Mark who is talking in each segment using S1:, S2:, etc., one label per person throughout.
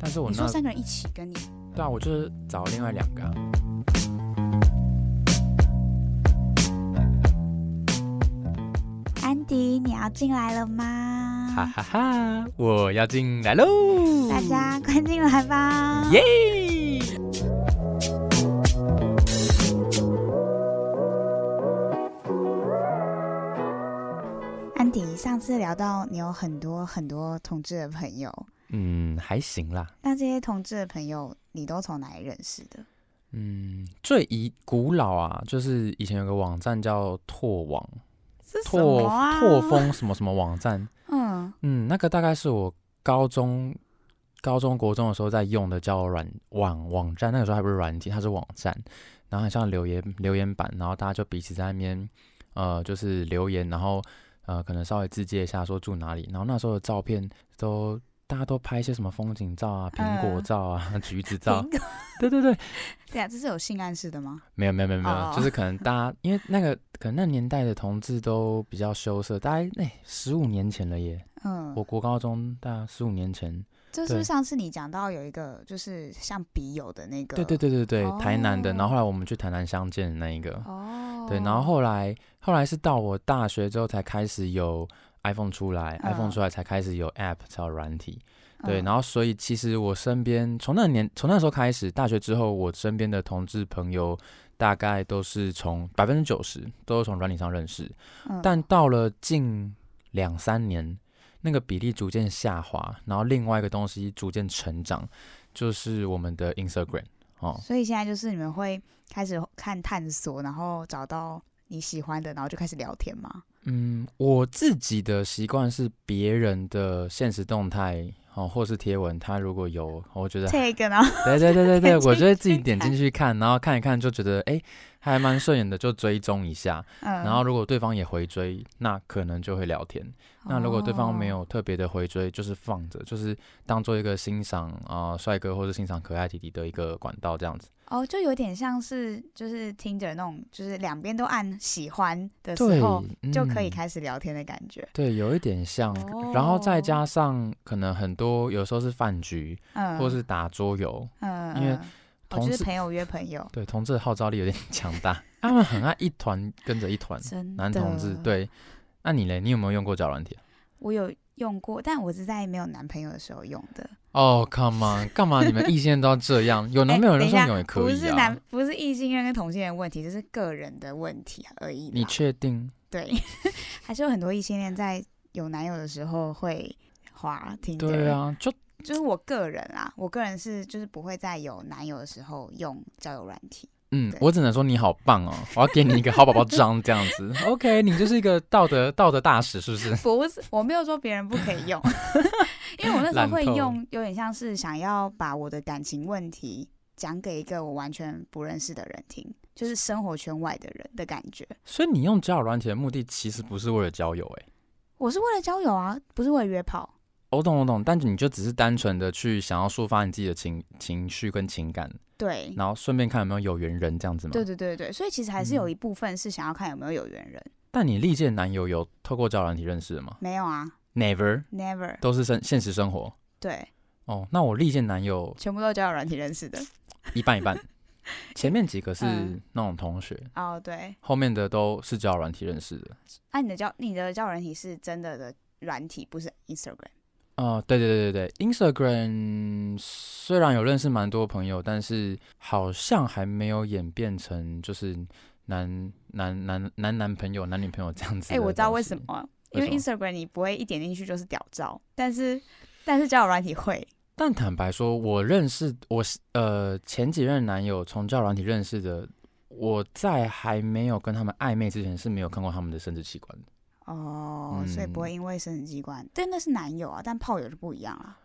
S1: 但是我
S2: 你
S1: 那
S2: 说三个人一起跟你，
S1: 对啊，我就是找另外两个、啊。
S2: 安迪，你要进来了吗？
S3: 哈哈哈，我要进来喽！
S2: 大家快进来
S1: 嗯
S2: 吧！
S3: 耶！
S2: 安迪，上次聊到你有很多很多同志的朋友，
S3: 嗯，还行啦。
S2: 那这些同志的朋友，你都从哪里认识的？
S3: 嗯，
S1: 最以古老啊，就是以前有个网站叫拓网，
S2: 是什
S1: 拓
S2: 么啊？
S1: 拓风什么什么网站，
S2: 嗯，
S1: 嗯，那个大概是我高中、高中国中的时候在用的叫软网网站，那个时候还不是软体，它是网站，然后很像留言留言板，然后大家就彼此在那边呃就是留言，然后呃可能稍微自介一下说住哪里，然后那时候的照片都。大家都拍一些什么风景照啊、苹果
S2: 嗯
S1: 照啊、 橘子照，
S2: 苹果。
S1: 对对对，
S2: 对啊，这是有性暗示的吗？
S1: 没有没有没有没有
S2: 哦
S1: 就是可能大家因为那个可能那年代的同志都比较羞涩，大概那十五年前了耶，
S2: 嗯
S1: 我，国高中大概十五年前，
S2: 这是不
S1: 对
S2: 是上次你讲到有一个就是像笔友的那个？
S1: 对对对对对，台南的，
S2: 哦
S1: 然后后来我们去台南相见的那一个，
S2: 哦，
S1: 对，然后后来后来是到我大学之后才开始有 iPhone 出来、i p h o n e
S2: 嗯
S1: 出来才开始有 App 才有软体，对，
S2: 嗯
S1: 然后所以其实我身边从那年从那时候开始，大学之后，我身边的同志朋友大概都是从百分之九十都是从软体上认识，
S2: 嗯
S1: 但到了近两三年，那个比例逐渐下滑，然后另外一个东西逐渐成长，就是我们的 Instagram 哦，
S2: 所以现在就是你们会开始看探索，然后找到你喜欢的，然后就开始聊天吗？
S1: 嗯，我自己的习惯是别人的现实动态哦，或是贴文，他如果有，我觉得
S2: 这个呢？
S1: 对对对对对，
S2: 点
S1: 我
S2: 进
S1: 就会自己
S2: 去
S1: 点进
S2: 看
S1: 去看，然后看一看，就觉得哎、诶还蛮顺眼的，就追踪一下。
S2: 嗯，
S1: 然后如果对方也回追，那可能就会聊天。那如果对方没
S2: 哦，
S1: 有特别的回追，就是放着，就是当做一个欣赏啊、呃帅哥或者欣赏可爱弟弟的一个管道这样子。
S2: 哦，就有点像是就是听着那种，就是两边都按喜欢的
S1: 对
S2: 时候，，就可以
S1: 嗯
S2: 开始聊天的感觉。
S1: 对，有一点像，然后再
S2: 哦
S1: 加上可能很多有时候是饭局，
S2: 嗯，
S1: 或是打桌游，
S2: 嗯，
S1: 因为
S2: 嗯哦
S1: 同
S2: 就是
S1: 事
S2: 朋友约朋友，
S1: 对同志的号召力有点 强大，他们很爱一团跟着一团。
S2: 真
S1: 嗯男同志
S2: 的，
S1: 对，那你嘞？你有没有用过交友软体啊？
S2: 我有用过，但我是在没有男朋友的时候用的。
S1: 哦、c o m e on，干嘛你们异性恋都要这样？有男
S2: 哎
S1: 朋友人
S2: 等一
S1: 上
S2: 下
S1: 有也可
S2: 不
S1: 以
S2: 是男
S1: 啊。，
S2: 不是异性恋跟同性恋的问题，这是个人的问题而已啦。
S1: 你确定？
S2: 对， 还是有很多异性恋在有男友的时候会滑听的。
S1: 对，啊，就
S2: 就是我个人啦，我个人是就是不会在有男友的时候用交友软体。
S1: 嗯
S2: 对，
S1: 我只能说你好棒哦，我要给你一个好宝宝章这样子。OK，你就是一个道德道德大使，是不是？
S2: 不是，我没有说别人不可以用， 因为我那时候
S1: 懒
S2: 会
S1: 透
S2: 用，有点像是想要把我的感情问题讲给一个我完全不认识的人听，就是生活圈外的人的感觉。
S1: 所以你用交友软体的目的其实不是为了交友、欸，
S2: 我是为了交友啊，不是为了约炮。
S1: 我懂我懂，但你就只是单纯的去想要抒发你自己的情情绪跟情感，
S2: 对，
S1: 然后顺便看有没有有缘人这样子嘛。
S2: 对对对对，所以其实还是有
S1: 嗯
S2: 一部分是想要看有没有有缘人。
S1: 但你历届男友有透过交友软体认识的吗
S2: 没有啊
S1: ？Never，
S2: ，never，
S1: 都是生现实生活。
S2: 对，
S1: 哦，那我历届男友
S2: 全部都交友软体认识的。
S1: 一半一 半，前面几个是
S2: 嗯
S1: 那种同学，
S2: 哦，对，
S1: 后面的都是交友软体认识的。
S2: 那、你的交你的交友软体是真的的软体，不是 Instagram。
S1: 啊、对对对对对，Instagram 虽然有认识蛮多朋友，但是好像还没有演变成就是男男男男男朋友、男女朋友这样子。
S2: 哎、我知道为什。么，因为
S1: 为
S2: Instagram 你不会一点进去就是屌照，但是但是交友软体会。
S1: 但坦白说，我认识我是呃前几任男友从交友软体认识的，我在还没有跟他们暧昧之前是没有看过他们的生殖器官的。
S2: 哦，所以不会因为生殖器官，对，那是男友啊，但炮友就不一样啊。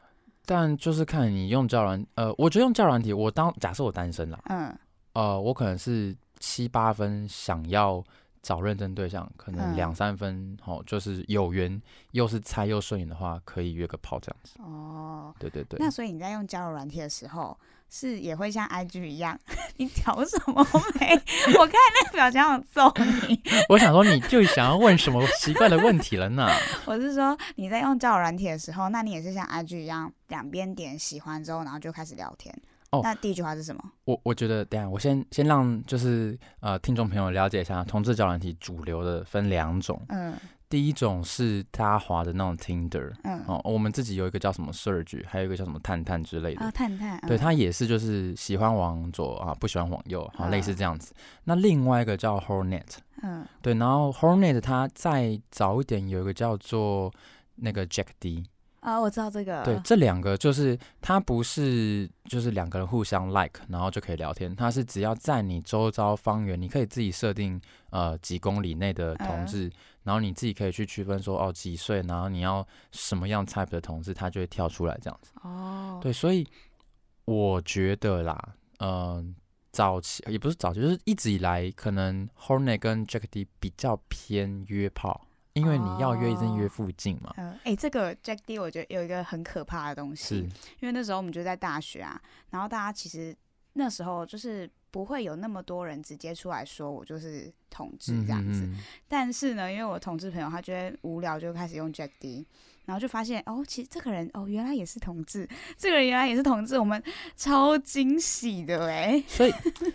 S1: 但就是看你用交友软呃，我觉得用交友软体，我当假设我单身啦，
S2: 嗯，
S1: 呃，我可能是七八分想要找认真对象，可能
S2: 嗯
S1: 两三分，好、就是有缘，又是猜又顺眼的话，可以约个炮这样子。
S2: 哦，
S1: 对对对
S2: 那，所以你在用交友软体的时候，是也会像 IG 一样， 你挑什么眉？我看那表情想 揍你。
S1: 我想说你就想要问什么奇怪的问题了呢？
S2: 我是说你在用交友软体的时候，那你也是像 IG 一样，两边点喜欢之后，然后就开始聊天。
S1: 哦
S2: 那第一句话是什么？
S1: 我我觉得，等一下我先先让就是呃听众朋友了解一下，同志交友软体主流的分两种，
S2: 嗯
S1: 第一种是大家滑的那种 Tinder，
S2: 嗯
S1: 哦，我们自己有一个叫什么 Surge，还有一个叫什么探探之类的，
S2: 啊，探探，
S1: 对，
S2: 嗯
S1: 它也是就是喜欢往左啊，不喜欢往右，好、
S2: 嗯
S1: 类似这样子。那另外一个叫 Hornet，
S2: 嗯
S1: 对，然后 Hornet 它再早一点有一个叫做那个 Jack D，
S2: 啊，我知道这个，
S1: 对，这两个就是它不是就是两个人互相 like，然后就可以聊天，它是只要在你周遭方圆，你可以自己设定呃几公里内的同
S2: 嗯
S1: 志，然后你自己可以去区分说哦几岁，然后你要什么样 type 的同志，它就会跳出来这样子。
S2: 哦，
S1: 对，所以我觉得啦，嗯、早期也不是早期，就是一直以来，可能 Hornet 跟 Jack D 比较偏约炮，因为你要约一定约
S2: 哦
S1: 附近嘛，
S2: 嗯，哎、这个 Jack D 我觉得有一个很可怕的东西
S1: 是，
S2: 因为那时候我们就在大学啊，然后大家其实那时候就是不会有那么多人直接出来说我就是同志这样子，
S1: 嗯嗯嗯
S2: 但是呢，因为我同志朋友他觉得无聊，就开始用 Jack D，然后就发现哦，其实这个人哦原来也是同志，这个人原来也是同志，我们超惊喜的哎、
S1: 所 以，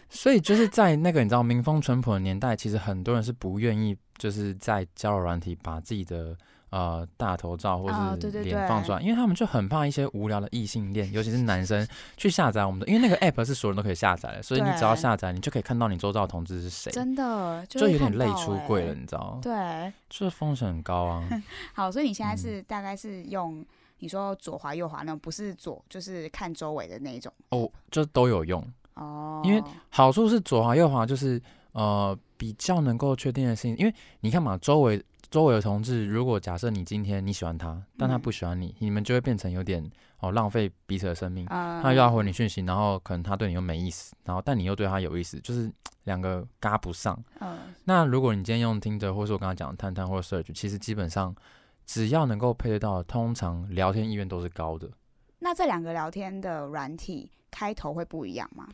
S1: 所以就是在那个你知道民风淳朴的年代，其实很多人是不愿意就是在交友软体把自己的呃大头照或
S2: 哦
S1: 是
S2: 对对
S1: 脸放出来，因为他们就很怕一些无聊的异性恋，尤其是男生去下载我们的，因为那个 app 是所有人都可以下载的，所以你只要
S2: 对
S1: 下载，你就可以看到你周遭的同志是谁，
S2: 真的就
S1: 就
S2: 会
S1: 有点
S2: 看
S1: 类
S2: 到
S1: 出
S2: 欸
S1: 柜了，你知道，
S2: 对，
S1: 这风险很高啊。
S2: 好，所以你现在
S1: 嗯
S2: 是大概是用你说左滑右滑那种，不是左就是看周围的那一种
S1: 哦，就都有用，
S2: 哦。
S1: 因为好处是左滑右滑，就是呃比较能够确定的事情，因为你看嘛，周围周围的同志，如果假设你今天你喜欢他，但他
S2: 嗯
S1: 不喜欢你，你们就会变成有点哦浪费彼此的生命。
S2: 呃，
S1: 他又要回你讯息，然后可能他对你又没意思，然后但你又对他有意思，就是两个搭不上。
S2: 嗯
S1: 那如果你今天用听着，或是我刚刚讲的探探或者 search，其实基本上只要能够配对到，通常聊天意愿都是高的。
S2: 那这两个聊天的软体开头会不一样吗？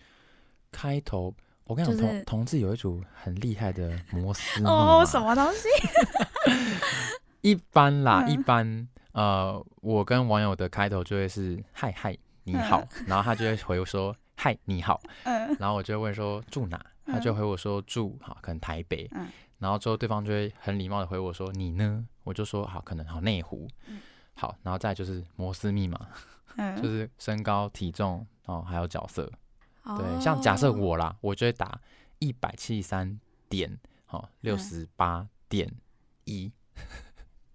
S1: 开头，我跟你讲，
S2: 就是
S1: 同同志有一组很厉害的摩斯密
S2: 哦
S1: 码，
S2: 什么东西？
S1: 一般啦，
S2: 嗯
S1: 一般呃，我跟网友的开头就会是嗨嗨你好， 然后他就会回我说嗨你 好，
S2: 嗯
S1: 然后我就会问说住哪，他就回我说住好，可能台北
S2: 嗯，
S1: 然后之后对方就会很礼貌的回我说你呢，我就说好，可能好内湖
S2: 嗯，
S1: 好，然后再就是摩斯密码，就
S2: 嗯，
S1: 是身高体重哦，还有角色，对，像假设
S2: 哦
S1: 我啦，我就会打一百七十三点，好六十八点一，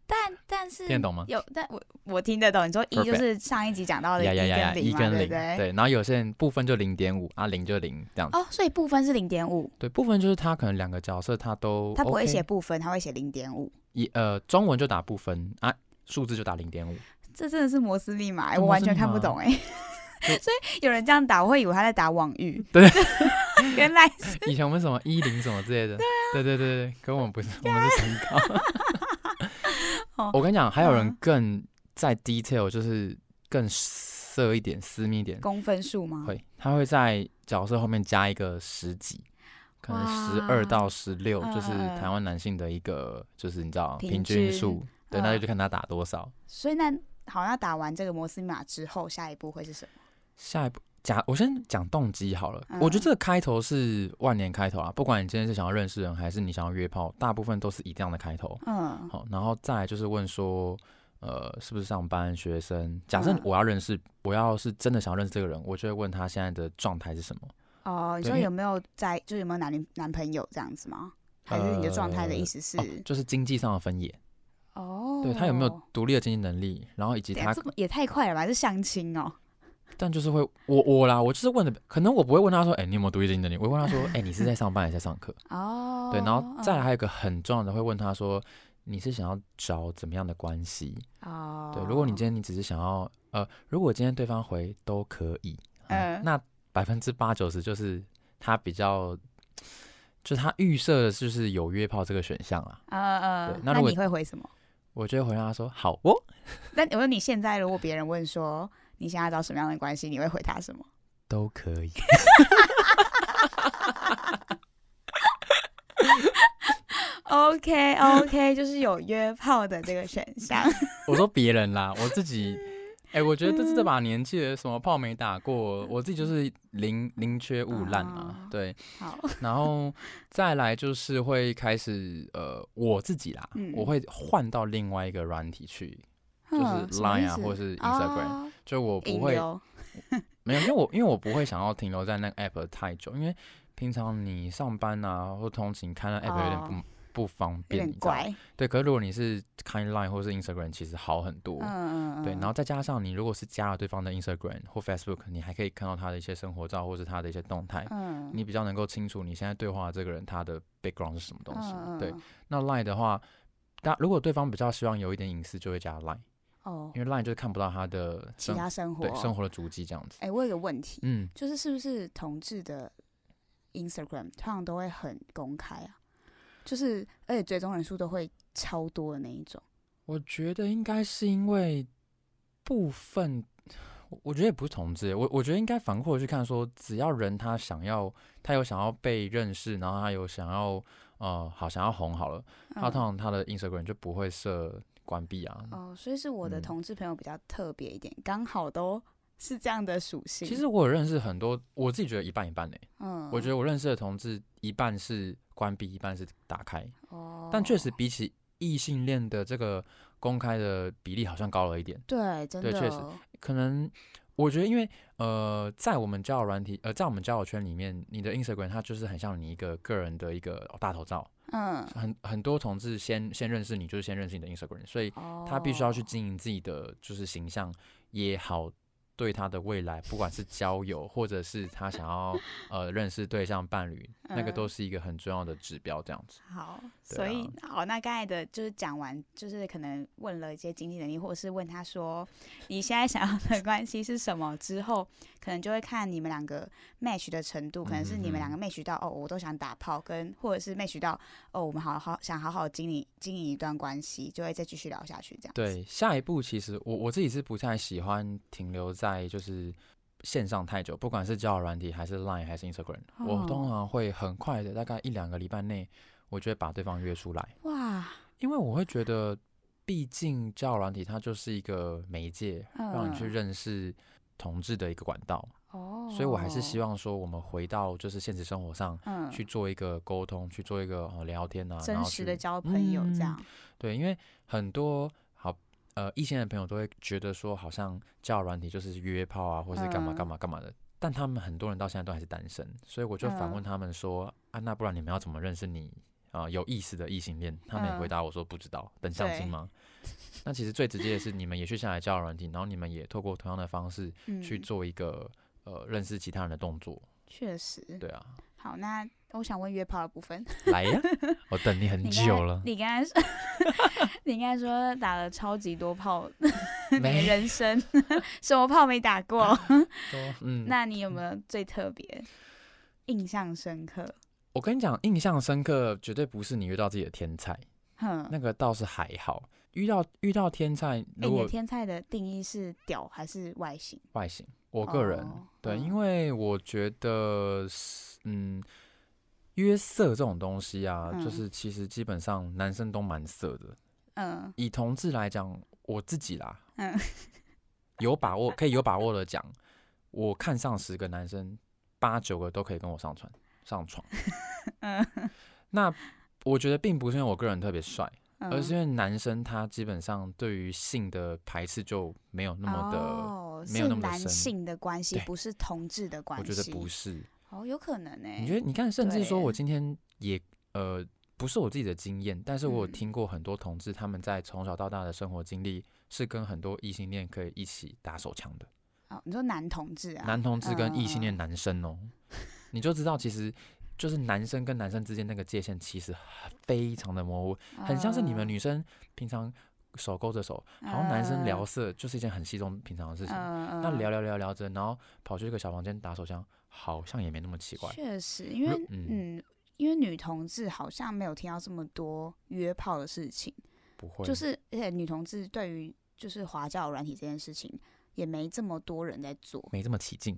S2: 但但是
S1: 听得懂吗
S2: 有，但我我听得懂。你说一
S1: Perfect
S2: 就是上一集讲到的
S1: 呀呀呀呀，
S2: 哦一
S1: 一
S2: 跟零
S1: 跟
S2: 嘛，对
S1: 零，
S2: 不对？
S1: 对。然后有些人部分就零点五啊，零就零这样子。
S2: 哦，所以部分是零点五，
S1: 对，部分就是他可能两个角色他都
S2: 他不会
S1: 哦 OK，
S2: 写部分，他会写零点五。
S1: 一呃中文就打部分啊，数字就打零点 五。
S2: 这真的是摩斯密码、欸，
S1: 这
S2: 我
S1: 摩
S2: 完
S1: 斯
S2: 全
S1: 密
S2: 看不
S1: 码
S2: 懂哎、 所以有人这样打，我会以为他在打网域。
S1: 对，
S2: 原来是
S1: 以前我们什么一零什么之类的，
S2: 啊
S1: 对对对对，跟我们不是，我们是身
S2: 哦
S1: 高。我跟你讲，还有人
S2: 嗯
S1: 更在 detail，就是更色一点、私密一点，
S2: 公分数吗？
S1: 会，他会在角色后面加一个十几，可能十
S2: 哇
S1: 二到十六，就是
S2: 嗯嗯嗯
S1: 台湾男性的一个，就是你知道
S2: 平
S1: 平均
S2: 均
S1: 数，对，那
S2: 嗯
S1: 就看他打多少。
S2: 所以那好，那打完这个摩斯密码之后，下一步会是什么？
S1: 下一步，假我先讲动机好了，我觉得
S2: 嗯
S1: 这个开头是万年开头啊，不管你今天是想要认识人还是你想要约炮，大部分都是以这样的开头。
S2: 嗯
S1: 好，然后再来就是问说。呃，是不是上班学生？假设
S2: 嗯
S1: 我要认识，我要是真的想要认识这个人，我就会问他现在的状态是什么。
S2: 哦，你
S1: 对因
S2: 说
S1: 为
S2: 有没有在，就有没有男女男朋友这样子吗？还是你的状态的意
S1: 呃
S2: 思是
S1: 哦，就是经济上的分野，
S2: 哦？
S1: 对他有没有独立的经济能力，然后以及
S2: 等下？
S1: 他，
S2: 哎这么也太快了吧，是相亲哦。
S1: 但就是会我我啦，我就是问的，可能我不会问他说，哎、你有没有独立经济能力？我会问他 说，哎、你是在上班还是在上课？
S2: 哦，
S1: 对，然后再来
S2: 嗯
S1: 还有一个很重要的会问他说，你是想要找怎么样的关系？
S2: 哦，
S1: 对，如果你今天你只是想要，呃，如果今天对方回都可以，嗯、
S2: 嗯
S1: 那百分之八九十就是他比较就他预设的就是有约炮这个选项啊。
S2: 呃呃
S1: 对，那
S2: 那
S1: 如果
S2: 你会回什么？
S1: 我就会回答他说好哦，
S2: 那我说你现在如果别人问说你想要找什么样的关系，你会回答什么？
S1: 都可以。
S2: OK OK，就是有约炮的这个选项。
S1: 我说别人啦，我自己，哎、我觉得这这把年纪了，什么炮没打过，我自己就是零零缺毋滥啊
S2: 啊。
S1: 对，
S2: 好，
S1: 然后再来就是会开始呃，我自己啦，
S2: 嗯
S1: 我会换到另外一个软体去， 就是
S2: 哼嗯什么
S1: Line 啊
S2: 意思
S1: 或是 Instagram
S2: 哦
S1: 就我不
S2: 引
S1: 会
S2: 流
S1: 没有，因为我因为我不会想要停留在那个 app 太久，因为平常你上班啊或通勤看那 app 有点不、
S2: 哦
S1: 不方
S2: 有
S1: 便，
S2: 点
S1: 你知道吗
S2: 怪。
S1: 对，可是如果你是看 Line 或是 Instagram，其实好很多。
S2: 嗯嗯嗯，
S1: 对，然后再加上你如果是加了对方的 Instagram 或 Facebook，你还可以看到他的一些生活照或是他的一些动态，
S2: 嗯，
S1: 你比较能够清楚你现在对话的这个人他的 background 是什么东西。
S2: 嗯
S1: 对
S2: 嗯，嗯
S1: 那 Line 的话，大如果对方比较希望有一点隐私，就会加 Line，
S2: 哦，
S1: 因为 Line 就是看不到他的
S2: 其
S1: 生
S2: 他生活
S1: 对生活的足迹这样子。
S2: 哎，我有个问题，
S1: 嗯，
S2: 就是是不是同志的 Instagram 通常都会很公开啊？就是而且追踪人数都会超多的那一种。
S1: 我觉得应该是因为部分，我我觉得也不是同志，我我觉得应该反过来去看说只要人他想要，他有想要被认识，然后他有想要呃好想要红好了，他
S2: 嗯
S1: 通常他的 Instagram 就不会设关闭啊。
S2: 哦，所以是我的
S1: 嗯
S2: 同志朋友比较特别一点，刚、好都是这样的属性。
S1: 其实，我有认识很多，我自己觉得一半一半呢、
S2: 嗯
S1: 我觉得我认识的同志一半是关闭，一半是打开，
S2: 得，哦，
S1: 但确实比起异性恋的这个公开的比例好像高了一点。
S2: 对，真的，
S1: 对
S2: 哦
S1: 确实可能我觉得，因为呃，在我们交友软体，呃，在我们交友圈里面，你的 Instagram 它就是很像你一个个人的一个大头照，
S2: 嗯，
S1: 很很多同志先先认识你，就是先认识你的 Instagram，所以
S2: 哦，
S1: 他必须要去经营自己的就是形象也好。对他的未来，不管是交友，或者是他想要呃认识对象、伴侣，那个
S2: 嗯
S1: 都是一个很重要的指标。这样子，
S2: 好，
S1: 对啊
S2: 所以好，那刚才的就是讲完，就是可能问了一些经济能力，或者是问他说你现在想要的关系是什么之后，可能就会看你们两个 match 的程度，可能
S1: 嗯
S2: 是你们两个 match 到哦，我都想打炮，跟或者是 match 到哦，我们好好想好好经营经营一段关系，就会再继续聊下去这样。，
S1: 对下一步，其实我我自己是不太喜欢停留在就是线上太久，不管是交友软体还是 Line 还是 Instagram，、我通
S2: 哦
S1: 常会很快的，大概一两个礼拜内，我就会把对方约出来，
S2: 哇，
S1: 因为我会觉得，毕竟交友软体它就是一个媒介，让你去
S2: 嗯
S1: 认识同志的一个管道，
S2: 哦，
S1: 所以我还是希望说我们回到就是现实生活上。
S2: 嗯
S1: 去做一个沟通，去做一个、呃、聊天啊，然
S2: 真
S1: 后
S2: 实
S1: 去
S2: 的交朋友这
S1: 嗯
S2: 样。
S1: 对，因为很多好呃异性的朋友都会觉得说，好像交友软体就是约炮啊，或是干嘛干
S2: 嗯
S1: 嘛干嘛的。但他们很多人到现在都还是单身，所以我就反问
S2: 嗯
S1: 他们说：“啊，那不然你们要怎么认识你啊、呃有意思的异性恋？”他们也回
S2: 嗯
S1: 答我说：“不知道，等相亲
S2: 对
S1: 吗？”那其实最直接的是，你们也去下载交友软体，然后你们也透过同样的方式
S2: 嗯，
S1: 去做一个、呃认识其他人的动作。
S2: 确实。
S1: 对啊，
S2: 好，那我想问约炮的部分，
S1: 来呀，我等你很
S2: 你刚才
S1: 久了。
S2: 你刚才说， 你刚才说打了超级多炮，你的
S1: 没
S2: 人生什么炮没打过？
S1: 多嗯，
S2: 那你有没有最特别、印象深刻？
S1: 我跟你讲，印象深刻绝对不是你遇到自己的天才，
S2: 哼，
S1: 那个倒是还好。遇到遇到天才，
S2: 哎
S1: 如
S2: 嗯你的
S1: 果
S2: 天菜的定义是屌还是外形？
S1: 外形，我个人、
S2: 哦
S1: 对，
S2: 嗯
S1: 因为我觉得是，嗯，约色这种东西啊，
S2: 嗯
S1: 就是其实基本上男生都蛮色的。
S2: 嗯
S1: 以同志来讲，我自己啦，
S2: 嗯，
S1: 有把握可以有把握的讲，我看上十个男生，八九个都可以跟我上床上床。
S2: 嗯
S1: 那我觉得并不是因为我个人特别帅。
S2: 嗯
S1: 而是因为男生他基本上对于性的排斥就没有那么的，
S2: 哦，
S1: 没有
S2: 是
S1: 那么的
S2: 男
S1: 深
S2: 性的关系，
S1: 对
S2: 不是同志的关
S1: 我
S2: 系。
S1: 觉得不是。
S2: 哦，有可能哎、
S1: 你觉得？你看，甚至说我
S2: 对
S1: 今天也呃，不是我自己的经验，但是我有
S2: 嗯
S1: 听过很多同志他们在从小到大的生活经历是跟很多异性恋可以一起打手枪的，
S2: 哦，你说男同志啊？
S1: 男同志跟
S2: 嗯
S1: 异性恋
S2: 嗯
S1: 男生哦，你就知道其实。就是男生跟男生之间那个界限其实非常的模糊，
S2: 嗯
S1: 很像是你们女生平常手勾着手，
S2: 嗯
S1: 好像男生聊色就是一件很稀松平常的事情。
S2: 嗯
S1: 那
S2: 嗯
S1: 聊聊聊聊着，然后跑去一个小房间打手枪，好像也没那么奇怪。
S2: 确实，因为
S1: 嗯
S2: 嗯，因为女同志好像没有听到这么多约炮的事情，
S1: 不会，
S2: 就是而且女同志对于就是滑教软体这件事情也没这么多人在做，
S1: 没这么起劲。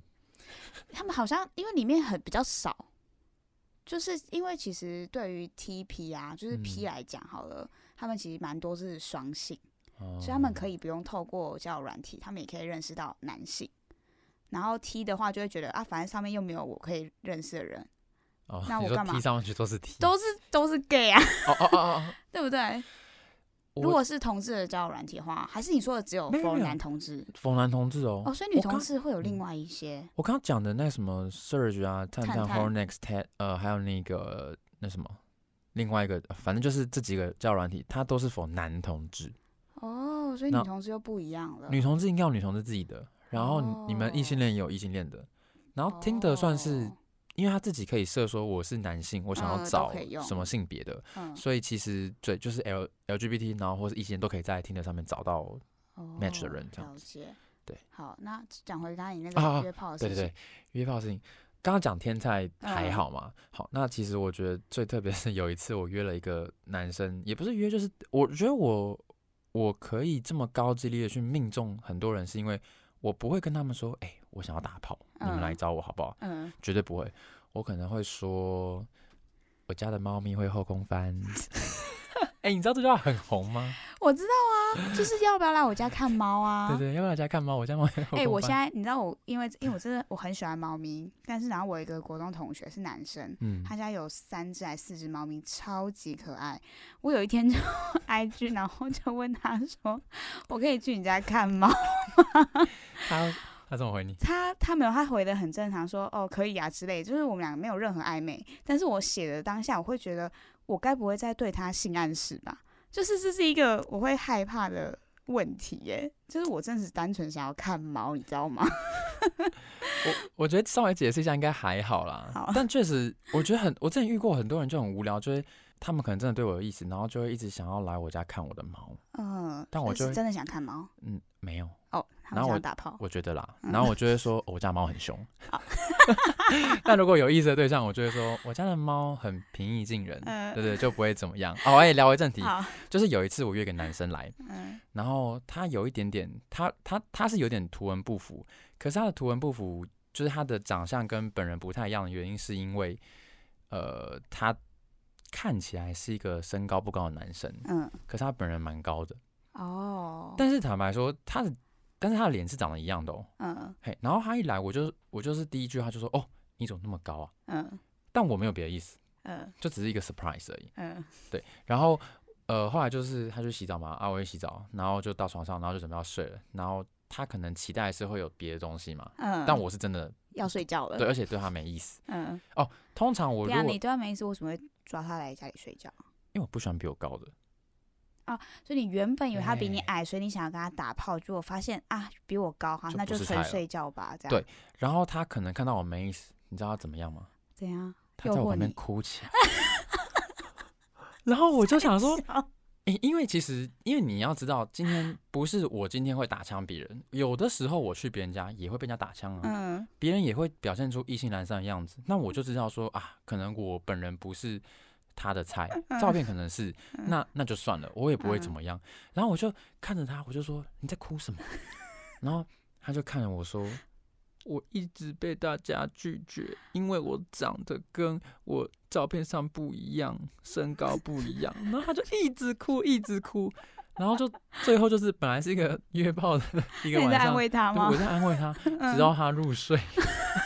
S2: 他们好像因为里面很比较少，就是因为其实对于 TP 啊，就是
S1: 嗯
S2: P 来讲好了，他们其实蛮多是双性，
S1: 所
S2: 所以他们可以不用透过交友软体，他们也可以认识到男性。然后 T 的话就会觉得啊，反正上面又没有我可以认识的人，
S1: 哦，
S2: 那
S1: 你
S2: 我
S1: 说
S2: 干嘛
S1: 踢上去都是踢，
S2: 都是都是 gay 啊，
S1: 哦哦哦哦，
S2: 对不对？
S1: 我
S2: 如果是同志的交友软体的话，还是你说的只有
S1: 没有没
S2: for
S1: 有
S2: 男同志
S1: 冯男同志哦
S2: 哦，，所以女
S1: 我
S2: 同
S1: 刚
S2: 志会有另
S1: 嗯
S2: 外一些
S1: 我刚刚讲的那什么 Surge 啊、探
S2: 探
S1: 探、
S2: 探
S1: Hornex、Ted，呃，还有那个那什么，另外一个，反正就是这几个交友软体，它都是否男同志，
S2: 哦，所以
S1: 那
S2: 女同志又不一样了。
S1: 女同志应该有女同志自己的，然后你,、你们异性
S2: 嗯哦
S1: 恋也有异性恋的，然后听的算是，
S2: 哦
S1: 因为他自己可以设说我是男性，我想
S2: 嗯
S1: 要
S2: 都
S1: 找
S2: 可以用
S1: 什么性别的，
S2: 嗯
S1: 所以其实对，就是 L LGBT，然后或是异性恋都可以在听的上面找到 match 的
S2: 哦
S1: 人这样
S2: 了解。
S1: 对，
S2: 好，那讲回刚才你那
S1: 啊
S2: 个约炮的
S1: 对
S2: 事
S1: 对
S2: 情，
S1: 对，约炮的事情，刚刚讲天菜还
S2: 嗯
S1: 好嘛。好，那其实我觉得最特别是有一次我约了一个男生，也不是约，就是我觉得我我可以这么高几率的去命中很多人，是因为我不会跟他们说，哎、我想要打炮，你们来
S2: 嗯
S1: 找我好不好？
S2: 嗯，
S1: 绝对不会，我可能会说，我家的猫咪会后空翻。 哎、你知道这句话很红吗？
S2: 我知道啊，就是要不要来我家看猫啊？
S1: 对对，要不要来家看猫？我家猫会后空
S2: 哎、
S1: 翻。
S2: 我现在你知道我，因为因为我真的我很喜欢猫咪，但是然后我有一个国中同学是男生，
S1: 嗯，
S2: 他家有三只还四只猫咪，超级可爱。我有一天就 IG，然后就问他说：“我可以去你家看猫
S1: 他他怎么回你？”？
S2: 他他没有，他回的很正常，说：“哦，可以啊之类。”就是我们两个没有任何暧昧，但是我写的当下，我会觉得我该不会在对他性暗示吧？就是这是一个我会害怕的问题耶，就是我真的是单纯想要看猫，你知道吗？
S1: 我我觉得稍微解释一下应该还好啦，
S2: 好
S1: 但确实我觉得很，我之前遇过很多人就很无聊，就是他们可能真的对我有意思，然后就会一直想要来我家看我的猫，
S2: 嗯，
S1: 但我
S2: 是
S1: 就会
S2: 真的想看猫
S1: 嗯，没有，
S2: 哦，
S1: 然
S2: 他们
S1: 后
S2: 想
S1: 我
S2: 要打炮，
S1: 我觉得啦，
S2: 嗯
S1: 然后我就会说、哦我家的猫很凶， 那如果有意思的对象，我就会说我家的猫很平易近人，
S2: 嗯
S1: 对对，就不会怎么样。哦，哎，聊回正题，
S2: 好，
S1: 就是有一次我约一个男生来，
S2: 嗯
S1: 然后他有一点点，他他他是有点图文不符，可是他的图文不符，就是他的长相跟本人不太一样的原因，是因为呃，他看起来是一个身高不高的男生，
S2: 嗯，
S1: 可是他本人蛮高的。
S2: 哦，
S1: 但是坦白说，他的但是他的脸是长得一样的哦。
S2: 嗯
S1: 嘿，然后他一来，我就我就是第一句话就说：“哦，你怎么那么高啊
S2: 嗯？”
S1: 但我没有别的意思，
S2: 嗯
S1: 就只是一个 surprise 而已。
S2: 嗯
S1: 然后呃，后来就是他去洗澡嘛，啊，我也洗澡，然后就到床上，然后就准备要睡了，然后他可能期待是会有别的东西嘛，
S2: 嗯，
S1: 但我是真的
S2: 要睡觉了，
S1: 对，而且对他没意思。
S2: 嗯，
S1: 通常我
S2: 对
S1: 如
S2: 啊，
S1: 果
S2: 你对他没意思，为什么会抓他来家里睡觉？
S1: 因为我不喜欢比我高的，
S2: 所以你原本以为他比你
S1: 哎
S2: 矮，所以你想要跟他打炮，结果发现啊比我高，好
S1: 就
S2: 那
S1: 不
S2: 就是纯
S1: 菜了
S2: 睡觉吧，这样
S1: 对然后他可能看到我没意思，你知道他怎么样吗？
S2: 怎样？
S1: 他
S2: 诱
S1: 在我
S2: 惑
S1: 旁边
S2: 你？
S1: 哭起 来。然后我就想说，因因为其实，因为你要知道，今天不是我今天会打枪别人，有的时候我去别人家也会被人家打枪啊。
S2: 嗯
S1: 别人也会表现出意兴阑珊的样子，那我就知道说啊，可能我本人不是他的菜，
S2: 嗯
S1: 照片可能是，那那就算了，我也不会怎么样。
S2: 嗯
S1: 然后我就看着他，我就说你在哭什么？ 然后他就看着我说，我一直被大家拒绝，因为我长得跟我照片上不一样，身高不一样。然后他就一直哭，一直哭。然后就最后就是本来是一个约炮的 一个
S2: 那你
S1: 晚
S2: 在
S1: 上
S2: 安，慰他
S1: 对
S2: 吗嗯
S1: 我？在安慰 他，直到他入睡。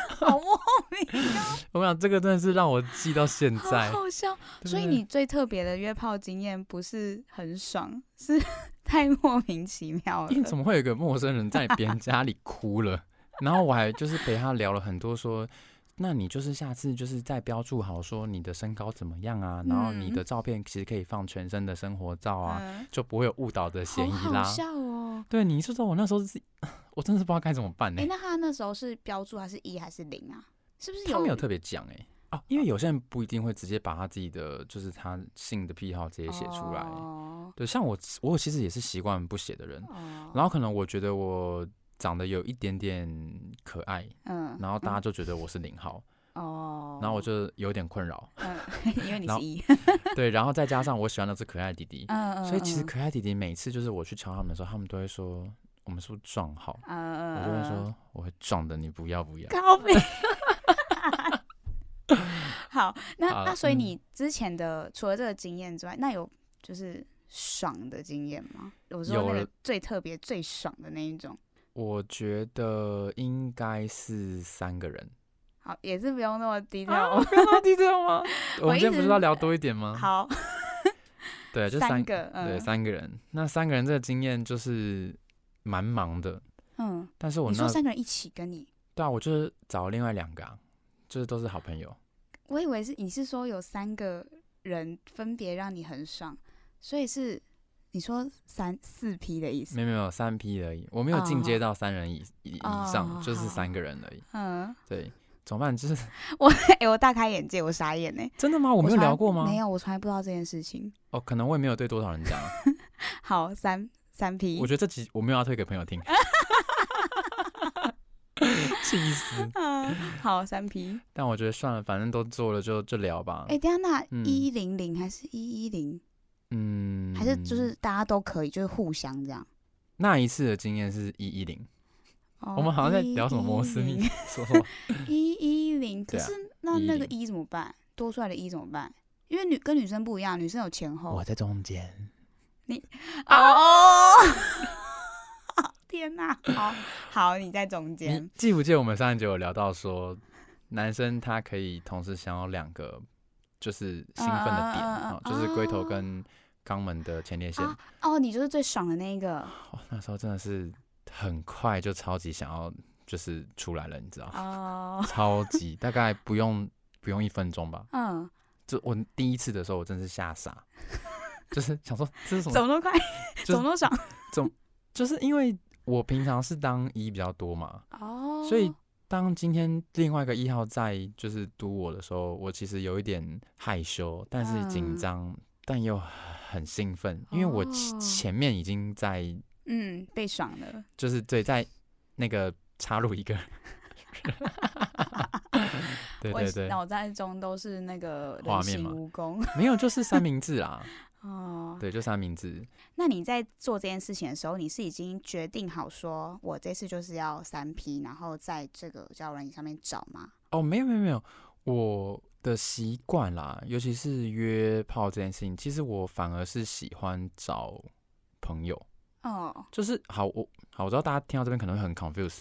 S2: 好莫名，
S1: 我想这个真的是让我记到现
S2: 好
S1: 在。
S2: 好笑。
S1: 对不
S2: 所以
S1: 对
S2: 你最特别的约炮经验不是很爽，是 太莫名其妙
S1: 因为哎怎
S2: 了。
S1: 么会有一个陌生人在别人家里哭了？ 然后我还就是陪他聊了很多说。那你就是下次就是再标注好说你的身高怎么样啊，然后你
S2: 嗯
S1: 的照片其实可以放全身的生活照啊，
S2: 嗯，
S1: 就不会有误导的嫌
S2: 好
S1: 疑
S2: 好
S1: 啦。
S2: 笑哦。
S1: 对，你说说我那时候是， 我真的是不知道该怎么办呢、欸
S2: 哎，那他那时候是标注他是一还是零啊？是不是
S1: 他没有特别讲哎，啊，因为有些人不一定会直接把他自己的就是他性的癖好直接写出来。
S2: 哦
S1: 对，像我我其实也是习惯不写的人，
S2: 哦
S1: 嗯然后可能我觉得我长得有一点点可爱，
S2: 嗯
S1: 然后大家
S2: 嗯
S1: 就觉得我是零号，
S2: 哦，。
S1: 然后我就有点困扰
S2: 嗯， 因为
S1: 然
S2: 你是
S1: 后
S2: 一，
S1: 对，然后再加上我喜欢的是可爱弟弟，
S2: 嗯嗯，
S1: 所以其实
S2: 嗯
S1: 可爱弟弟每次就是我去敲他们的时候，他们都会说我们是不是撞号？我
S2: 嗯
S1: 就会
S2: 嗯，嗯
S1: 说我会撞的，你不要不要。
S2: 高飞。好，那
S1: 好
S2: 那所以
S1: 嗯
S2: 你之前的、除了这个经验之外，那有就是爽的经验吗？我说
S1: 有
S2: 那
S1: 了
S2: 个最特别、最爽的那一种，
S1: 我觉得应该是三个人。
S2: 好，也是不用那么低调哦。
S1: 跟到弟这样吗？我
S2: 我
S1: 们
S2: 一
S1: 今天不
S2: 直
S1: 是要聊多一点吗？
S2: 哦 好，
S1: 对，就
S2: 三
S1: 三
S2: 个，
S1: 对
S2: 嗯
S1: 三个人。那三个人这个经验就是蛮忙的，
S2: 嗯，
S1: 但是我
S2: 你
S1: 那
S2: 说三个人一起跟你，
S1: 对啊，我就是找另外两个啊，就是都是好朋友。
S2: 我以为是你是说有三个人分别让你很爽，所以是你说三四批的意思，
S1: 没有没有三 P 而已，我没有进阶
S2: 哦
S1: 到三人以以以上，
S2: 哦
S1: 就是
S2: 好
S1: 三个人而已。
S2: 嗯，
S1: 对，怎么办？就是
S2: 哎、我大开眼界，我傻眼呢、
S1: 真的吗？我没有
S2: 从来
S1: 聊过吗？
S2: 没有，我从来不知道这件事情。
S1: 哦，可能我也没有对多少人讲 啊。
S2: 好，三三批
S1: 我，觉得这集我没有要推给朋友 听，气死！
S2: 嗯，好，三批。
S1: 但我觉得算了，反正都做了就就聊吧。
S2: 哎、等一下那
S1: 嗯
S2: 一零零还是一一零，
S1: 嗯，
S2: 还是就是大家都可以，就是互相这样。
S1: 那一次的经验是一一零，
S2: 哦
S1: 我们好像在聊什么摩斯密码，说说
S2: 一一零，可
S1: 对啊
S2: 是那那个
S1: 110
S2: 一怎么办？多出来的一怎么办？因为女跟女生不一样，女生有前后。
S1: 在中间。
S2: 哦， 天哪、好好，你在中
S1: 你
S2: 间。
S1: 记不记得我们上一集有聊到说，男生他可以同时想要两个就是兴奋的点，
S2: 啊啊啊啊
S1: 啊就是龟头跟肛门的前列腺。
S2: 啊哦，你就是最爽的那一个。
S1: 哦，那时候真的是很快就超级想要就是出来了，你知道吗？
S2: 哦，
S1: 超级，大概不用不用一分钟吧。
S2: 嗯，
S1: 就我第一次的时候，我真是吓傻，就是想说这是什
S2: 怎
S1: 么？
S2: 么都快，
S1: 就是
S2: 怎么 都爽。
S1: 就是因为我平常是当一比较多嘛，
S2: 哦，
S1: 所以当今天另外一个一号在就是督我的时候，我其实有一点害羞，但是紧
S2: 嗯
S1: 张，但又很兴奋，因为我
S2: 哦
S1: 前前面已经在
S2: 嗯，被爽了。
S1: 就是对在那个插入一个。 对
S2: 我哦
S1: 对对，
S2: 脑袋中都是那个
S1: 画
S2: 人
S1: 面
S2: 形
S1: 吗
S2: 蜈蚣
S1: 没有，就是三明治啦，
S2: 哦。
S1: 对，就三明治。
S2: 那你在做这件事情的时候，你是已经决定好说，我这次就是要三 P，然后在这个交友软件上面找吗？
S1: 哦，没有没有没有，我的习惯啦，尤其是约炮这件事情，其实我反而是喜欢找朋友。
S2: 哦，
S1: 就是好，我好，我知道大家听到这边可能会很 confuse。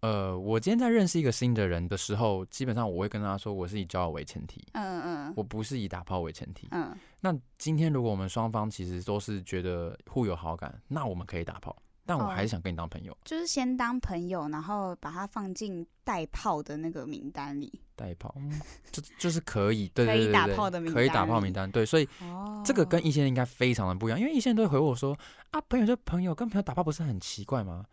S1: 呃，我今天在认识一个新的人的时候，基本上我会跟他说，我是以交友为前提，
S2: 嗯嗯
S1: 我不是以打炮为前提。
S2: 嗯，
S1: 那今天如果我们双方其实都是觉得互有好感，那我们可以打炮，但我还
S2: 哦
S1: 是想跟你当朋友。
S2: 就是先当朋友，然后把它放进带炮的那个名单里。
S1: 带炮，嗯就就是可以，对
S2: 可
S1: 对
S2: 以
S1: 对对
S2: 打
S1: 对
S2: 炮的名
S1: 可以打
S2: 单
S1: 炮
S2: 里
S1: 名单，对，所以
S2: 哦，
S1: 这个跟一线应该非常的不一样，因为一线都会回我说啊，朋友就朋友，跟朋友打炮不是很奇怪吗？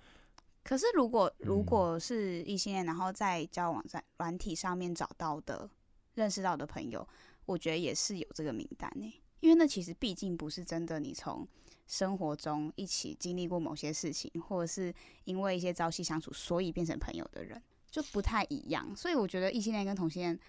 S2: 可是如果如
S1: 嗯
S2: 果是异性恋，然后在交友网站软体上面找到的、认识到的朋友，我觉得也是有这个名单呢、因为那其实毕竟不是真的，你从生活中一起经历过某些事情，或者是因为一些朝夕相处，所以变成朋友的人，就不太一样。所以我觉得异性恋跟同性恋，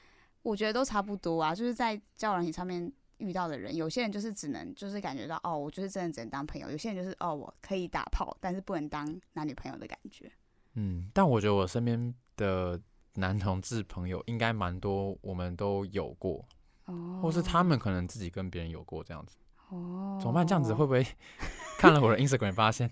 S2: 我觉得都差不多啊，就是在交友软体上面。遇到的人，有些人就是只能就是感觉到哦，我就是真的只能当朋友；有些人就是哦，我可以打炮，但是不能当男女朋友的感觉。
S1: 嗯，但我觉得我身边的男同志朋友应该蛮多，我们都有过，
S2: 哦，
S1: 或是他们可能自己跟别人有过这样子。
S2: 哦，
S1: 怎么办？这样子会不会 看了我的 Instagram 发 现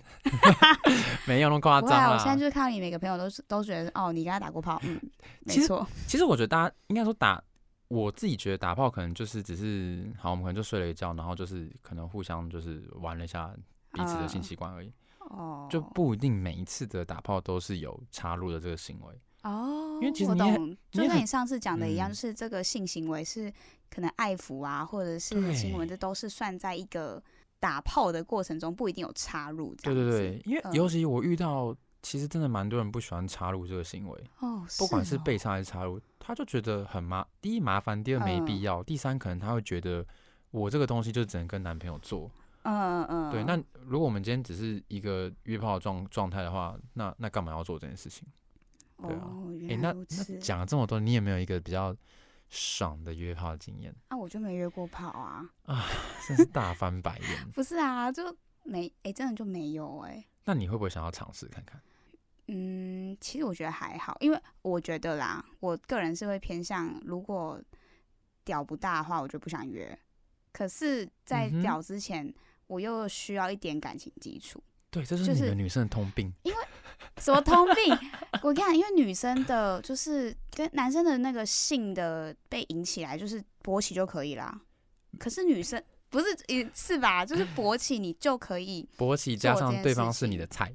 S1: 没有那么夸
S2: 不
S1: 张
S2: 会啊？我现在
S1: 啦？
S2: 就是看到你每个朋友都是都觉得哦，你跟他打过炮， 嗯，没
S1: 其实
S2: 错，
S1: 其实我觉得大家应该说打，我自己觉得打炮可能就是只是好，我们可能就睡了一觉，然后就是可能互相就是玩了一下彼此的性
S2: 嗯
S1: 器官而已。
S2: 哦，
S1: 就不一定每一次的打炮都是有插入的这个行为。
S2: 哦，
S1: 因为其实
S2: 我
S1: 你也
S2: 懂，
S1: 也
S2: 就跟
S1: 很
S2: 你上次讲的一样，
S1: 嗯
S2: 就是这个性行为是可能爱抚啊，或者是
S1: 对
S2: 亲吻，这都是算在一个打炮的过程中，不一定有插入。
S1: 对对，对，因为
S2: 嗯
S1: 尤其我遇到，其实真的蛮多人不喜欢插入这个行为，
S2: 哦，
S1: 不管是
S2: 哦
S1: 被插还是插入，他就觉得很麻，第一麻烦，第二没
S2: 嗯
S1: 必要，第三可能他会觉得我这个东西就只能跟男朋友做。
S2: 嗯嗯嗯，
S1: 对，那如果我们今天只是一个约炮的状状态的话，那那干嘛要做这件事情？对啊
S2: 哦，
S1: 诶，
S2: 原来
S1: 那
S2: 如
S1: 那
S2: 此。
S1: 讲了这么多，你有没有一个比较爽的约炮经验？
S2: 啊，我就没约过炮啊，
S1: 真是大翻白眼。
S2: 不是啊，就没哎、真的就没有哎、
S1: 那你会不会想要尝试看看？
S2: 嗯，其实我觉得还好，因为我觉得啦，我个人是会偏向，如果屌不大的话，我就不想约。可是，在
S1: 嗯哼
S2: 屌之前，我又需要一点感情基础。
S1: 对，这
S2: 就是
S1: 你
S2: 是
S1: 们女生的通病。
S2: 什么通病？ 我跟你讲，因为女生的，就是跟男生的那个性的被引起来，就是勃起就可以啦。可是女生不是，也是吧？就是勃起你就可以，
S1: 勃起加
S2: 做这
S1: 上
S2: 件
S1: 对
S2: 事
S1: 方是你
S2: 情
S1: 的菜，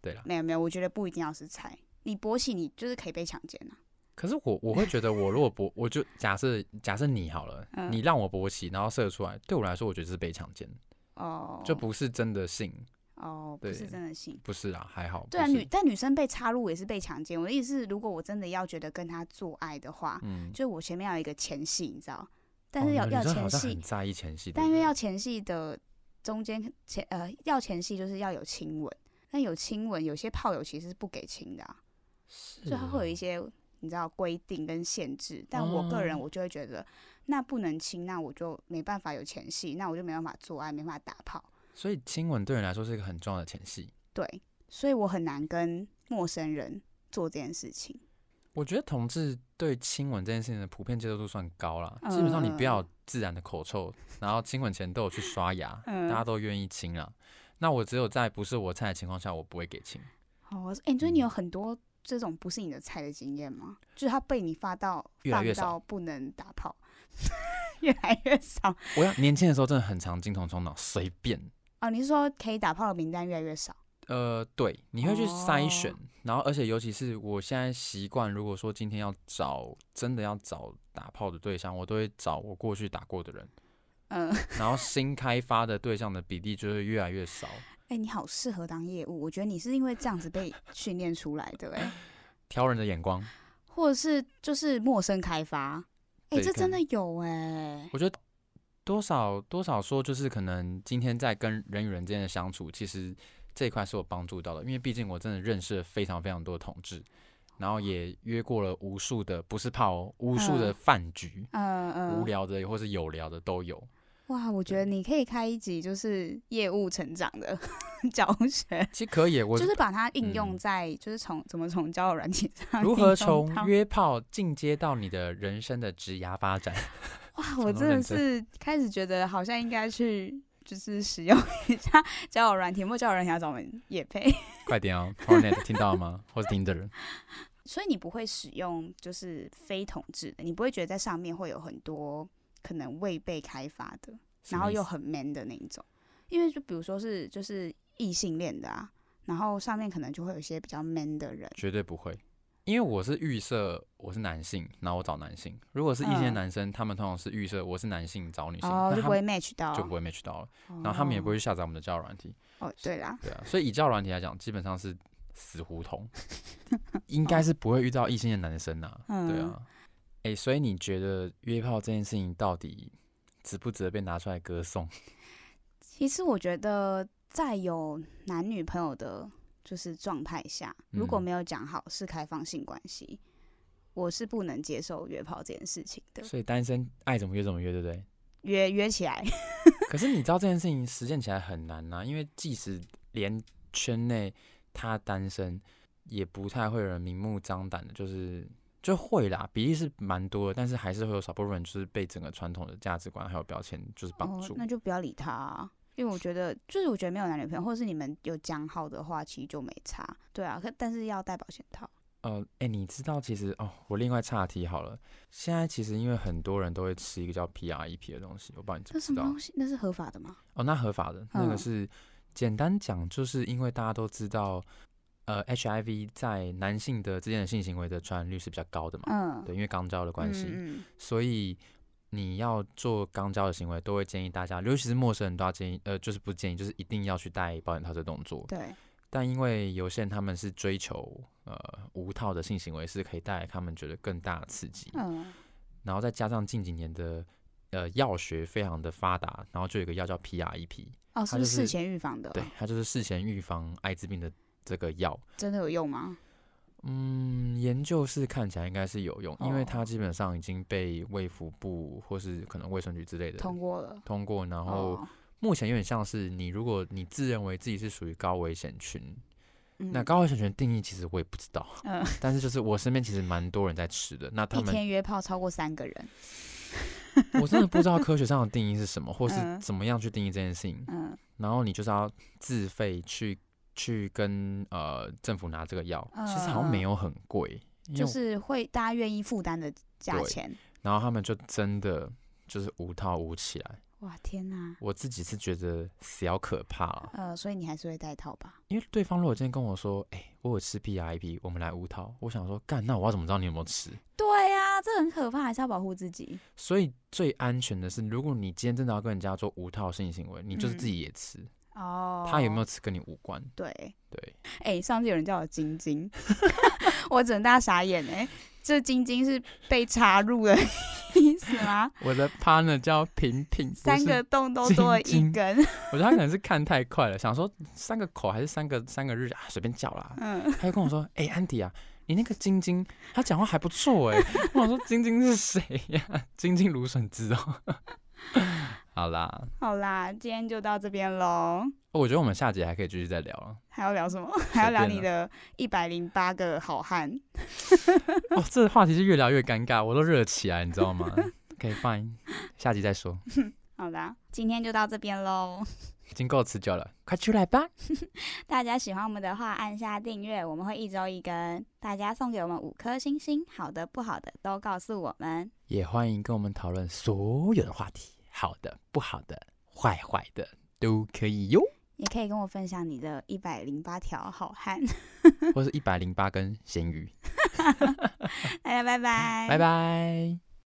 S1: 对啦。
S2: 没有没有，我觉得不一定要是菜，你勃起你就是可以被强奸啊。
S1: 可是我我会觉得，我如果勃，我就假设假设你好了，
S2: 嗯
S1: 你让我勃起，然后射出来，对我来说，我觉得是被强奸，
S2: 哦，
S1: 就不是真的性，
S2: 哦，不是
S1: 对
S2: 真的性。
S1: 不是啊，还好。
S2: 对啊，
S1: 不是
S2: 女但女生被插入也是被强奸。我的意思是，如果我真的要觉得跟他做爱的话，
S1: 嗯，
S2: 就是我前面要有一个前戏，你知道？但
S1: 哦
S2: 是
S1: 你
S2: 要、
S1: 们
S2: 要
S1: 女生好
S2: 前
S1: 像
S2: 戏
S1: 很，在意前戏，对
S2: 但因
S1: 不
S2: 为
S1: 对
S2: 要前戏的中间前呃要前戏就是要有亲吻，但有亲吻有些炮友其实是不给亲的、啊，所以它
S1: 啊
S2: 会有一些你知道规定跟限制。但我个人
S1: 哦
S2: 我就会觉得，那不能亲，那我就没办法有前戏，那我就没办法做爱，没办法打炮。
S1: 所以亲吻对你来说是一个很重要的前戏。
S2: 对，所以我很难跟陌生人做这件事情。
S1: 我觉得同志对亲吻这件事情的普遍接受度算高啦，
S2: 嗯
S1: 基本上你不要有自然的口臭，然后亲吻前都有去刷牙，
S2: 嗯
S1: 大家都愿意亲啦。那我只有在不是我菜的情况下，我不会给亲。
S2: 哦，哎、所以
S1: 嗯
S2: 你有很多这种不是你的菜的经验吗？就是他被你发到
S1: 越来越
S2: 放
S1: 少
S2: 到不能打炮， 越来越少。
S1: 我要年轻的时候真的很常精虫充脑，随便。
S2: 哦，你是说可以打炮的名单越来越少？
S1: 呃，对，你会去筛选，
S2: 哦
S1: 然后而且尤其是我现在习惯，如果说今天要找真的要找打炮的对象，我都会找我过去打过的人，
S2: 嗯，哎、
S1: 然后新开发的对象的比例就会越来越少。
S2: 哎你好适合当业务，我觉得你是因为这样子被训练出来的、 哎，
S1: 挑人的眼光，
S2: 或者是就是陌生开发，哎、
S1: 对
S2: 这
S1: 可
S2: 真的
S1: 能
S2: 有哎、
S1: 我觉得多少多少说，就是可能今天在跟人与人之间的相处，其实这一块是我帮助到的，因为毕竟我真的认识了非常非常多的同志，然后也约过了无数的不是炮、哦，无数的
S2: 嗯
S1: 饭局，
S2: 嗯嗯，
S1: 无聊的或是有聊的都有。
S2: 哇，我觉得你可以开一集就是业务成长的 教学，
S1: 其实可以，我
S2: 就是把它应用
S1: 嗯
S2: 在、就是从怎么从交友软件上
S1: 如何
S2: 应用
S1: 从
S2: 到
S1: 约炮进阶到你的人生的职涯发展？
S2: 哇，我
S1: 从
S2: 真的
S1: 认真
S2: 是开始觉得好像应该去就是使用一下 交友软体，或交友软体要找我们也配，
S1: 快点哦 p o r n e t 听到吗？或是 Tinder？
S2: 所以你不会使用就是非同志的，你不会觉得在上面会有很多可能未被开发的， 然后又很 man 的那一种，因为就比如说是就是异性恋的啊，然后上面可能就会有一些比较 man 的人，
S1: 绝对不会，因为我是预设我是男性，然后我找男性。如果是一些
S2: 嗯
S1: 男生，他们通常是预设我是男性找女性，
S2: 哦，
S1: 那
S2: 就
S1: 他
S2: 不会
S1: 们
S2: match 到，
S1: 就不会 match 到了，然后他们也不会去下载我们的交友软体，
S2: 哦，哦对啦，
S1: 对啊。所以以交友软体来讲，基本上是死胡同， 应该是不会遇到异性的男生呐、
S2: 嗯
S1: 对啊。哎、所以你觉得约炮这件事情到底值不值得被拿出来歌颂？
S2: 其实我觉得，在有男女朋友的，就是状态下，如果
S1: 嗯
S2: 没有讲好是开放性关系，我是不能接受约炮这件事情的。
S1: 所以单身爱怎么约怎么约，对不对？
S2: 约约起来，
S1: 可是你知道这件事情实践起来很难呐、啊因为即使连圈内他单身，也不太会有人明目张胆的，就是就会啦，比例是蛮多的，但是还是会有少部分人就是被整个传统的价值观还有标签就是绑
S2: 哦
S1: 住。，
S2: 那就不要理他、啊。因为我觉得，就是我觉得没有男女朋友，或是你们有讲好的话，其实就没差。对啊，可但是要戴保险套。
S1: 呃，哎、你知道其实哦，我另外岔题好了，现在其实因为很多人都会吃一个叫 PREP 的东西，我不知道你知
S2: 这
S1: 不
S2: 什
S1: 知
S2: 么
S1: 道
S2: 东西？那是合法的吗？
S1: 哦，那合法的那个
S2: 嗯
S1: 是、简单讲，就是因为大家都知道。呃，HIV 在男性的之间的性行为的传染率是比较高的嘛，
S2: 嗯，
S1: 对，因为肛交的关系，
S2: 嗯嗯
S1: 所以你要做肛交的行为，都会建议大家，尤其是陌生人都要建议，呃，就是不建议，就是一定要去戴保险套这动作。
S2: 对，
S1: 但因为有些人他们是追求呃无套的性行为，是可以带来他们觉得更大的刺激，
S2: 嗯，
S1: 然后再加上近几年的呃药学非常的发达，然后就有一个药叫 E PREP，
S2: 哦，
S1: 它
S2: 是不
S1: 就是
S2: 事
S1: 是
S2: 前预防的？
S1: 对，它就是事前预防艾滋病的这个药。
S2: 真的有用吗？
S1: 嗯，研究是看起来应该是有用，因为它
S2: 哦
S1: 基本上已经被卫福部或是可能卫生局之类的
S2: 通过了。
S1: 通过，然后
S2: 哦，
S1: 目前有点像是你如果你自认为自己是属于高危险群，
S2: 嗯
S1: 那高危险群的定义其实我也不知道，
S2: 嗯，
S1: 但是就是我身边其实蛮多人在吃的，那他
S2: 一
S1: 们
S2: 天约炮超过三个人，
S1: 我真的不知道科学上的定义是什么，或是
S2: 嗯
S1: 怎么样去定义这件事情。
S2: 嗯
S1: 然后你就是要自费去去跟呃政府拿这个药，其实好像没有很贵，因为
S2: 嗯就
S1: 我
S2: 是会大家愿意负担的价
S1: 对
S2: 钱。
S1: 然后他们就真的就是无套无起来。
S2: 哇，天哪！
S1: 我自己是觉得小可怕了，
S2: 呃，所以你还是会戴套吧？
S1: 因为对方如果今天跟我说，哎、我有吃 PRP，我们来无套，我想说，干，那我要怎么知道你有没有吃？
S2: 对呀、这很可怕，还是要保护自己。
S1: 所以最安全的是，如果你今天真的要跟人家做无套性行为，你就是
S2: 嗯
S1: 自己也吃，
S2: 哦，
S1: 他有没有？吃跟你无关。
S2: 对，
S1: 对，
S2: 哎、上次有人叫我晶晶， 我整大傻眼哎、这晶晶是被插入的 意思吗？
S1: 我的 partner 叫平平，不
S2: 三
S1: 是
S2: 个洞都多了一
S1: 晶晶
S2: 根，
S1: 我觉得他可能是看太快了，想说三个口还是三个三个日啊，随便叫啦。
S2: 嗯，
S1: 他就跟我说：“哎、安迪啊，你那个晶晶，他讲话还不错哎、我想说：“晶晶是谁呀、晶晶芦笋汁哦。”好啦，哦
S2: 好啦，今天就到这边喽。
S1: 我觉得我们下集还可以继续再聊了。
S2: 还要聊什么？ 还要聊
S1: 便
S2: 你
S1: 啦
S2: 的一百零八个好汉。
S1: 哦，这个话题是越聊越尴尬，我都热起来，你知道吗？可以 fine，下集再说，
S2: 好啦，今天就到这边喽。
S1: 已经够持久了，快出来吧。
S2: 大家喜欢我们的话，按下订阅，我们会一周一更。大家送给我们五颗星星，好的不好的都告诉我们。
S1: 也欢迎跟我们讨论所有的话题，好的、不好的、坏坏的都可以哟，
S2: 也可以跟我分享你的一百零八条好汉。
S1: 或是一百零八根咸鱼。
S2: 大家拜拜，
S1: 拜拜。